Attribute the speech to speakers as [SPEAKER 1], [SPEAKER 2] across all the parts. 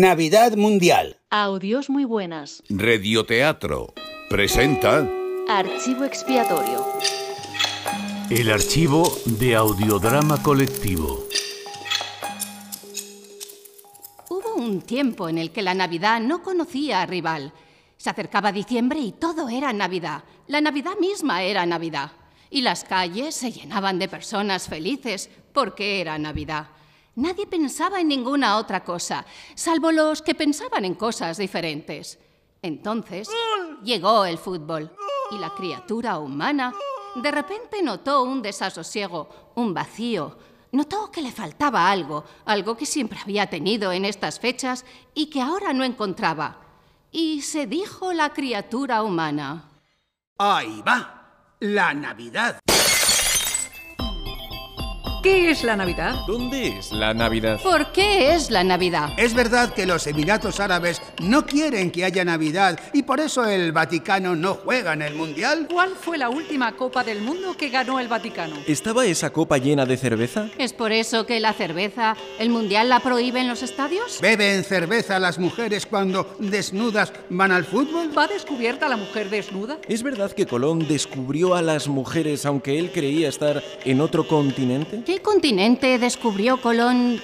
[SPEAKER 1] Navidad Mundial.
[SPEAKER 2] Audios muy buenas.
[SPEAKER 3] Radioteatro presenta
[SPEAKER 2] Archivo expiatorio.
[SPEAKER 4] El archivo de audiodrama colectivo.
[SPEAKER 5] Hubo un tiempo en el que la Navidad no conocía a rival. Se acercaba diciembre y todo era Navidad. La Navidad misma era Navidad. Y las calles se llenaban de personas felices porque era Navidad. Nadie pensaba en ninguna otra cosa, salvo los que pensaban en cosas diferentes. Entonces llegó el fútbol y la criatura humana de repente notó un desasosiego, un vacío. Notó que le faltaba algo, algo que siempre había tenido en estas fechas y que ahora no encontraba. Y se dijo la criatura humana.
[SPEAKER 6] Ahí va, la Navidad.
[SPEAKER 7] ¿Qué es la Navidad?
[SPEAKER 8] ¿Dónde es la Navidad?
[SPEAKER 5] ¿Por qué es la Navidad?
[SPEAKER 6] Es verdad que los Emiratos Árabes no quieren que haya Navidad y por eso el Vaticano no juega en el Mundial.
[SPEAKER 7] ¿Cuál fue la última Copa del Mundo que ganó el Vaticano?
[SPEAKER 8] ¿Estaba esa copa llena de cerveza?
[SPEAKER 5] ¿Es por eso que la cerveza, el mundial la prohíbe en los estadios?
[SPEAKER 6] ¿Beben cerveza las mujeres cuando desnudas van al fútbol?
[SPEAKER 7] ¿Va descubierta la mujer desnuda?
[SPEAKER 8] ¿Es verdad que Colón descubrió a las mujeres aunque él creía estar en otro continente?
[SPEAKER 5] ¿Qué continente descubrió Colón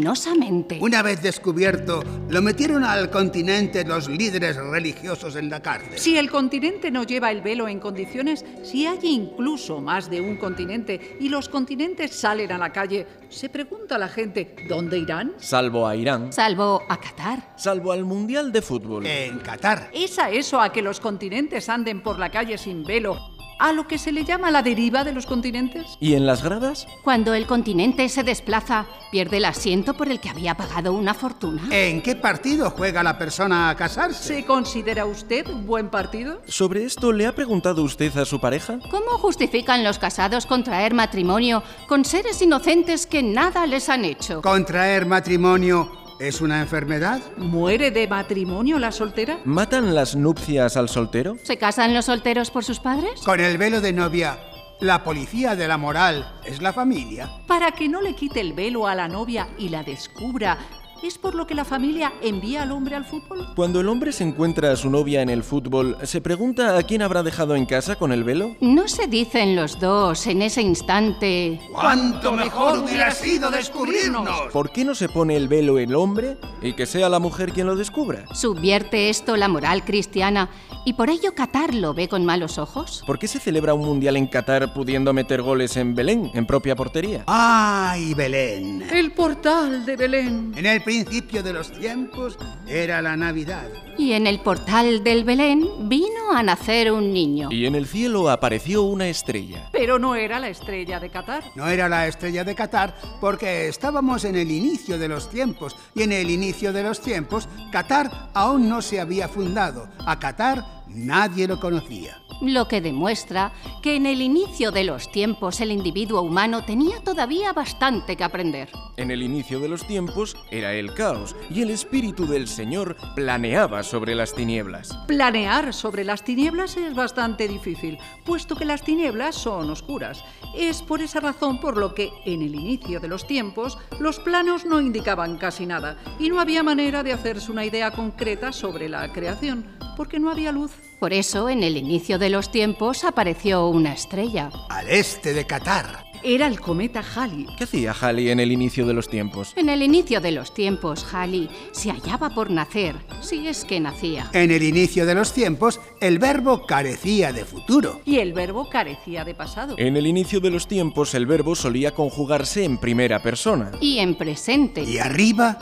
[SPEAKER 5] pecaminosamente?
[SPEAKER 6] Una vez descubierto, lo metieron al continente los líderes religiosos en la cárcel.
[SPEAKER 7] Si el continente no lleva el velo en condiciones, si hay incluso más de un continente y los continentes salen a la calle, se pregunta la gente, ¿dónde irán?
[SPEAKER 8] Salvo a Irán,
[SPEAKER 5] Salvo a Qatar.
[SPEAKER 8] salvo al Mundial de Fútbol.
[SPEAKER 6] En Qatar.
[SPEAKER 7] ¿Es a eso a que los continentes anden por la calle sin velo? ¿A lo que se le llama la deriva de los continentes?
[SPEAKER 8] ¿Y en las gradas?
[SPEAKER 5] Cuando el continente se desplaza, pierde el asiento por el que había pagado una fortuna.
[SPEAKER 6] ¿En qué partido juega la persona a casarse?
[SPEAKER 7] ¿Se considera usted un buen partido?
[SPEAKER 8] ¿Sobre esto le ha preguntado usted a su pareja?
[SPEAKER 5] ¿Cómo justifican los casados contraer matrimonio con seres inocentes que nada les han hecho?
[SPEAKER 6] ¿Contraer matrimonio es una enfermedad?
[SPEAKER 7] ¿Muere de matrimonio la soltera?
[SPEAKER 8] ¿Matan las nupcias al soltero?
[SPEAKER 5] ¿Se casan los solteros por sus padres?
[SPEAKER 6] Con el velo de novia, la policía de la moral es la familia.
[SPEAKER 7] Para que no le quite el velo a la novia y la descubra, ¿es por lo que la familia envía al hombre al fútbol?
[SPEAKER 8] Cuando el hombre se encuentra a su novia en el fútbol, ¿se pregunta a quién habrá dejado en casa con el velo?
[SPEAKER 5] ¿No se dicen los dos en ese instante?
[SPEAKER 6] ¡Cuánto mejor hubiera sido descubrirnos!
[SPEAKER 8] ¿Por qué no se pone el velo el hombre y que sea la mujer quien lo descubra?
[SPEAKER 5] ¿Subvierte esto la moral cristiana y por ello Qatar lo ve con malos ojos?
[SPEAKER 8] ¿Por qué se celebra un mundial en Qatar pudiendo meter goles en Belén, en propia
[SPEAKER 6] Ah,
[SPEAKER 8] portería?
[SPEAKER 6] ¡Ay, Belén!
[SPEAKER 7] El portal de Belén.
[SPEAKER 6] En el principio de los tiempos era la Navidad.
[SPEAKER 5] Y en el portal del Belén vino a nacer un niño.
[SPEAKER 8] Y en el cielo apareció una estrella.
[SPEAKER 7] Pero no era la estrella de Qatar.
[SPEAKER 6] No era la estrella de Qatar porque estábamos en el inicio de los tiempos y en el inicio de los tiempos Qatar aún no se había fundado. A Qatar nadie lo conocía.
[SPEAKER 5] Lo que demuestra que en el inicio de los tiempos el individuo humano tenía todavía bastante que aprender.
[SPEAKER 8] En el inicio de los tiempos era el caos y el espíritu del Señor planeaba sobre las tinieblas.
[SPEAKER 7] Planear sobre las tinieblas es bastante difícil, puesto que las tinieblas son oscuras. Es por esa razón por lo que, en el inicio de los tiempos, los planos no indicaban casi nada y no había manera de hacerse una idea concreta sobre la creación, porque no había luz.
[SPEAKER 5] Por eso, en el inicio de los tiempos apareció una estrella.
[SPEAKER 6] Al este de Qatar.
[SPEAKER 7] Era el cometa Halley.
[SPEAKER 8] ¿Qué hacía Halley en el inicio de los tiempos?
[SPEAKER 5] En el inicio de los tiempos, Halley se hallaba por nacer, si es que nacía.
[SPEAKER 6] En el inicio de los tiempos el verbo carecía de futuro.
[SPEAKER 7] Y el verbo carecía de pasado.
[SPEAKER 8] En el inicio de los tiempos el verbo solía conjugarse en primera persona.
[SPEAKER 5] Y en presente,
[SPEAKER 6] Y arriba,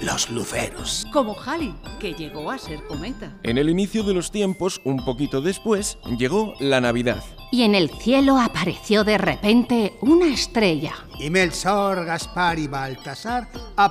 [SPEAKER 6] los luceros.
[SPEAKER 7] Como Halley, que llegó a ser cometa.
[SPEAKER 8] En el inicio de los tiempos, un poquito después, llegó la Navidad.
[SPEAKER 5] y en el cielo apareció de repente una estrella.
[SPEAKER 6] Y Melchor, Gaspar y Baltasar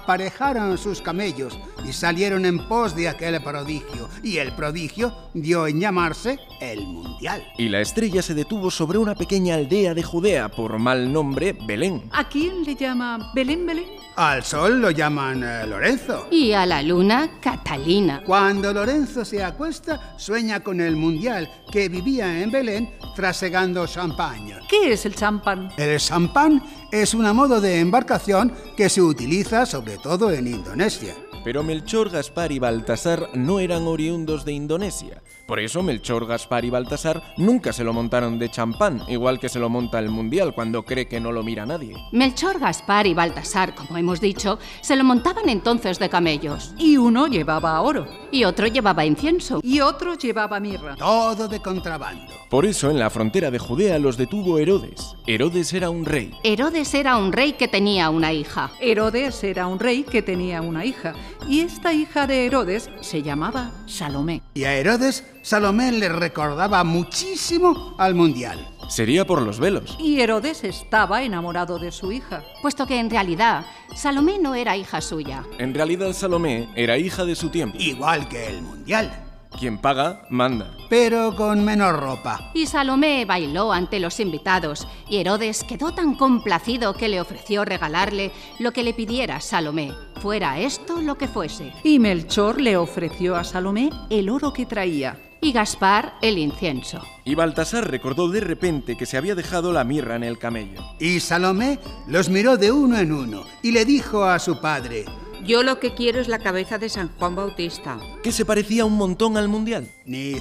[SPEAKER 6] aparejaron sus camellos y salieron en pos de aquel prodigio. Y el prodigio dio en llamarse el Mundial.
[SPEAKER 8] Y la estrella se detuvo sobre una pequeña aldea de Judea por mal nombre Belén.
[SPEAKER 7] ¿A quién le llama Belén Belén?
[SPEAKER 6] Al sol lo llaman eh, Lorenzo.
[SPEAKER 5] Y a la luna, Catalina.
[SPEAKER 6] Cuando Lorenzo se acuesta, sueña con el Mundial que vivía en Belén trasegando champaña.
[SPEAKER 7] ¿Qué es el champán?
[SPEAKER 6] El champán es una moda de embarcación que se utiliza sobre todo en Indonesia.
[SPEAKER 8] Pero Melchor, Gaspar y Baltasar no eran oriundos de Indonesia. Por eso Melchor, Gaspar y Baltasar nunca se lo montaron de champán, igual que se lo monta el Mundial cuando cree que no lo mira nadie.
[SPEAKER 5] Melchor, Gaspar y Baltasar, como hemos dicho, se lo montaban entonces de camellos.
[SPEAKER 7] Y uno llevaba oro
[SPEAKER 5] Y otro llevaba incienso.
[SPEAKER 7] y otro llevaba mirra.
[SPEAKER 6] Todo de contrabando.
[SPEAKER 8] Por eso en la frontera de Judea los detuvo Herodes. Herodes era un rey.
[SPEAKER 5] Herodes era un rey que tenía una hija.
[SPEAKER 7] Herodes era un rey que tenía una hija y esta hija de Herodes se llamaba Salomé.
[SPEAKER 6] Y a Herodes, Salomé le recordaba muchísimo al mundial.
[SPEAKER 8] Sería por los velos.
[SPEAKER 7] Y Herodes estaba enamorado de su hija.
[SPEAKER 5] Puesto que en realidad Salomé no era hija suya.
[SPEAKER 8] En realidad Salomé era hija de su tiempo. Y
[SPEAKER 6] Igual que el mundial,
[SPEAKER 8] quien paga, manda.
[SPEAKER 6] pero con menos ropa.
[SPEAKER 5] Y Salomé bailó ante los invitados, y Herodes quedó tan complacido que le ofreció regalarle lo que le pidiera Salomé, fuera esto lo que fuese.
[SPEAKER 7] Y Melchor le ofreció a Salomé el oro que traía.
[SPEAKER 5] Y Gaspar el incienso.
[SPEAKER 8] Y Baltasar recordó de repente que se había dejado la mirra en el camello.
[SPEAKER 6] Y Salomé los miró de uno en uno y le dijo a su padre,
[SPEAKER 1] Yo lo que quiero es la cabeza de San Juan Bautista.
[SPEAKER 8] Que se parecía un montón al mundial.
[SPEAKER 6] ni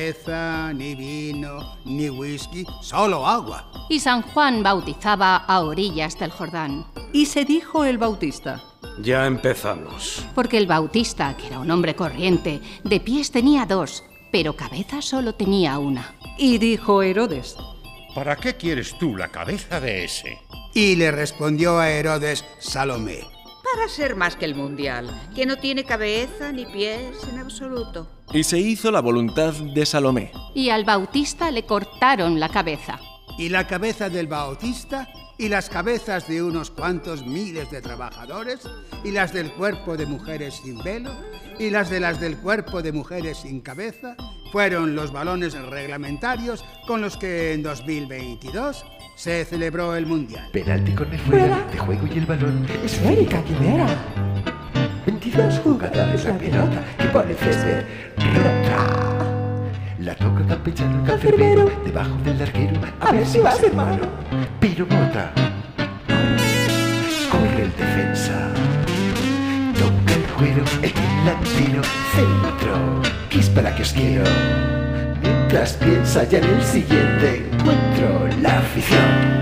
[SPEAKER 6] cerveza, ni vino, ni whisky, solo agua.
[SPEAKER 5] Y San Juan bautizaba a orillas del Jordán,
[SPEAKER 7] Y se dijo el Bautista.
[SPEAKER 9] Ya empezamos.
[SPEAKER 5] porque el bautista, que era un hombre corriente, de pies tenía dos, pero cabeza solo tenía una.
[SPEAKER 7] Y dijo Herodes.
[SPEAKER 10] ¿Para qué quieres tú la cabeza de ese?
[SPEAKER 6] Y le respondió a Herodes Salomé.
[SPEAKER 1] Para ser más que el mundial, que no tiene cabeza ni pies en absoluto.
[SPEAKER 8] Y se hizo la voluntad de Salomé.
[SPEAKER 5] Y al bautista le cortaron la cabeza.
[SPEAKER 6] y la cabeza del Bautista y las cabezas de unos cuantos miles de trabajadores y las del cuerpo de mujeres sin velo y las de las del cuerpo de mujeres sin cabeza fueron los balones reglamentarios con los que en 2022 se celebró el Mundial.
[SPEAKER 11] Penalti con el fuera de juego y el balón. Esférica quimera. 22 jugadores la pelota que pone césped. Rata. La toca campechano cancerbero debajo del arquero. A, ver si vas, hermano. Piromota. Corre el defensa. Toca el cuero, el delantero. Centro. Quis para que os quiero. Mientras piensa ya en el siguiente encuentro, la afición